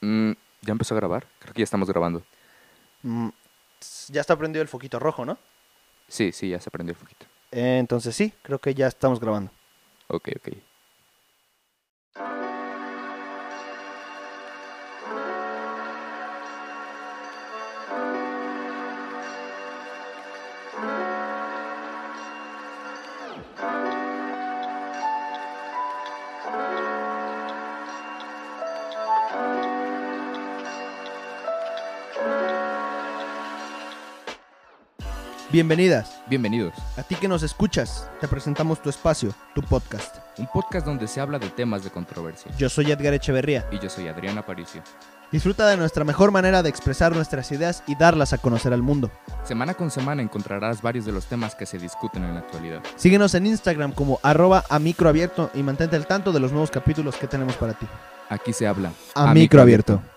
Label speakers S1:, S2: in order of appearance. S1: Mm, ¿Ya empezó a grabar? Creo que ya estamos grabando.
S2: Mm, s- Ya está prendido el foquito rojo, ¿no?
S1: Sí, sí, ya se prendió el poquito.
S2: Eh, Entonces sí, creo que ya estamos grabando.
S1: Ok, ok.
S2: Bienvenidas.
S1: Bienvenidos.
S2: A ti que nos escuchas, te presentamos tu espacio, tu podcast.
S1: Un podcast donde se habla de temas de controversia.
S2: Yo soy Edgar Echeverría.
S1: Y yo soy Adrián Aparicio.
S2: Disfruta de nuestra mejor manera de expresar nuestras ideas y darlas a conocer al mundo.
S1: Semana con semana encontrarás varios de los temas que se discuten en la actualidad.
S2: Síguenos en Instagram como arroba a microabierto y mantente al tanto de los nuevos capítulos que tenemos para ti.
S1: Aquí se habla.
S2: A microabierto.